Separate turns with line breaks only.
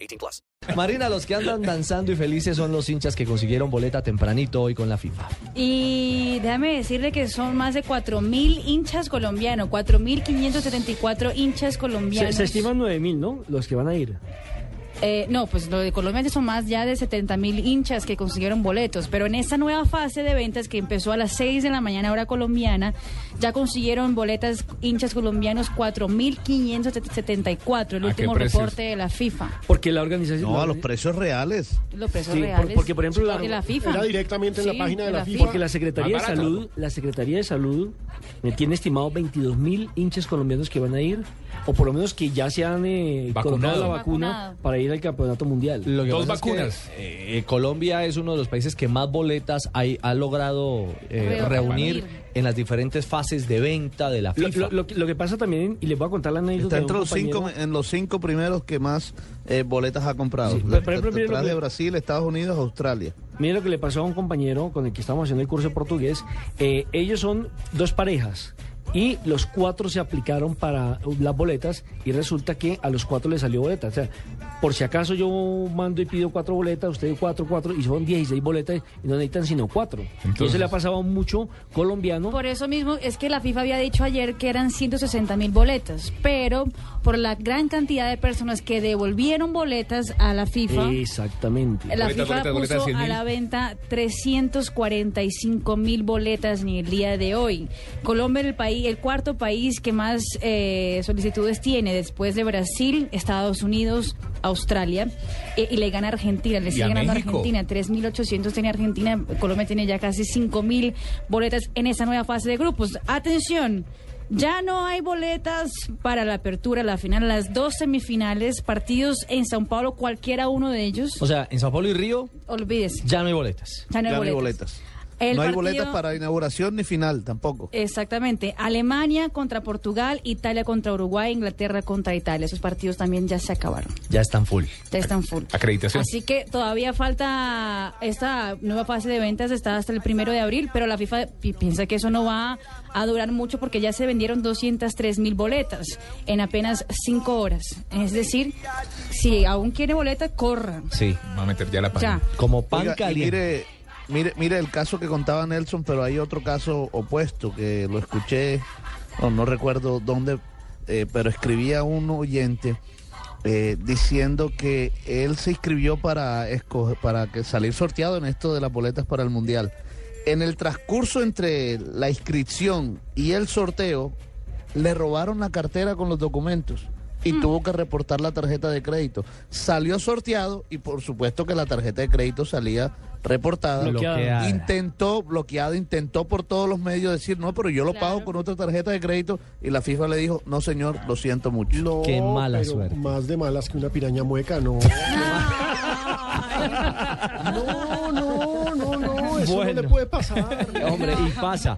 18 plus.
Marina, los que andan danzando y felices son los hinchas que consiguieron boleta tempranito hoy con la FIFA.
Y déjame decirle que son más de 4.000 hinchas colombianos, 4.574 hinchas
Se,
colombianos.
se estiman 9.000, ¿no? Los que van a ir.
Eh, no, pues lo de Colombia son más ya de 70.000 hinchas que consiguieron boletos, pero en esta nueva fase de ventas que empezó a las 6 de la mañana hora colombiana, ya consiguieron boletas hinchas colombianos 4.574, el último reporte de la FIFA.
Porque la organización...
No,
la-
a los precios reales.
Los precios
Sí, por-
reales.
porque, por ejemplo, la-
de la FIFA.
Era directamente en la
Sí,
página de la FIFA.
Porque la Secretaría de Salud, la Secretaría de Salud eh, tiene estimado 22.000 hinchas colombianos que van a ir, o por lo menos que ya se han eh, colocado la vacuna
Vacunado.
para ir al campeonato mundial.
Lo que Dos vacunas. eh, Colombia es uno de los países que más boletas hay- ha logrado eh,
Reunir.
reunir en las diferentes fases de venta de la
Lo,
FIFA.
lo- lo que- lo que pasa también, y les voy a contar la anécdota.
Está
de un
entre los
compañero.
cinco, en los cinco primeros que más eh, boletas ha comprado.
Sí,
La-
por ejemplo, mire lo
Detrás
que-
de Brasil, Estados Unidos, Australia.
Mira lo que le pasó a un compañero con el que estábamos haciendo el curso de portugués. Eh, ellos son dos parejas y los cuatro se aplicaron para uh, las boletas y resulta que a los cuatro les salió boleta. O sea, por si acaso yo mando y pido cuatro boletas, ustedes cuatro, cuatro, y son 16 boletas y no necesitan sino cuatro. Y eso le ha pasado a mucho colombiano.
Por eso mismo es que la FIFA había dicho ayer que eran 160 mil boletas, pero por la gran cantidad de personas que devolvieron boletas a la FIFA,
Exactamente.
la FIFA puso a la venta 345 mil boletas en el día de hoy. Colombia es el país, el cuarto país que más eh, solicitudes tiene, después de Brasil, Estados Unidos, Australia eh, y le gana Argentina, le sigue ganando Argentina, 3.800 tiene Argentina, Colombia tiene ya casi 5.000 boletas en esa nueva fase de grupos. Atención. Ya no hay boletas para la apertura, la final, las dos semifinales, partidos en Sao Paulo, cualquiera uno de ellos.
O sea, en Sao Paulo y Río
Olvídese.
ya no hay boletas.
Ya no hay
Ya
boletas. El
no hay
partido- Eh,
boletas para inauguración ni final tampoco.
Exactamente. Alemania contra Portugal, Italia contra Uruguay, Inglaterra contra Italia. Esos partidos también ya se acabaron.
Ya están full.
Ya están full.
Acreditación.
Así que todavía falta esta nueva fase de ventas, está hasta el primero de abril, pero la FIFA pi- piensa que eso no va a durar mucho porque ya se vendieron 203 mil boletas en apenas cinco horas. Es decir, si aún quiere boleta, corran.
Sí.
Va a meter ya la
Ya.
página.
Como pan
Oiga, y
caliente.
mire, mire, mire el caso que contaba Nelson, pero hay otro caso opuesto que lo escuché, o no recuerdo dónde, eh, pero escribía un oyente eh, diciendo que él se inscribió para escoger, para que salir sorteado en esto de las boletas para el mundial. En el transcurso entre la inscripción y el sorteo, le robaron la cartera con los documentos y tuvo que reportar la tarjeta de crédito. Salió sorteado y por supuesto que la tarjeta de crédito salía reportada.
Bloqueada.
Bloqueada.
Intentó, bloqueada, intentó por todos los medios decir, no, pero yo lo
Claro.
pago con otra tarjeta de crédito y la FIFA le dijo, no señor, lo siento mucho.
No,
Qué mala
pero
suerte.
Más de malas que una piraña mueca, no.
Ay.
No, no, no, no. Eso
Bueno.
no le puede pasar.
Hombre, y pasa.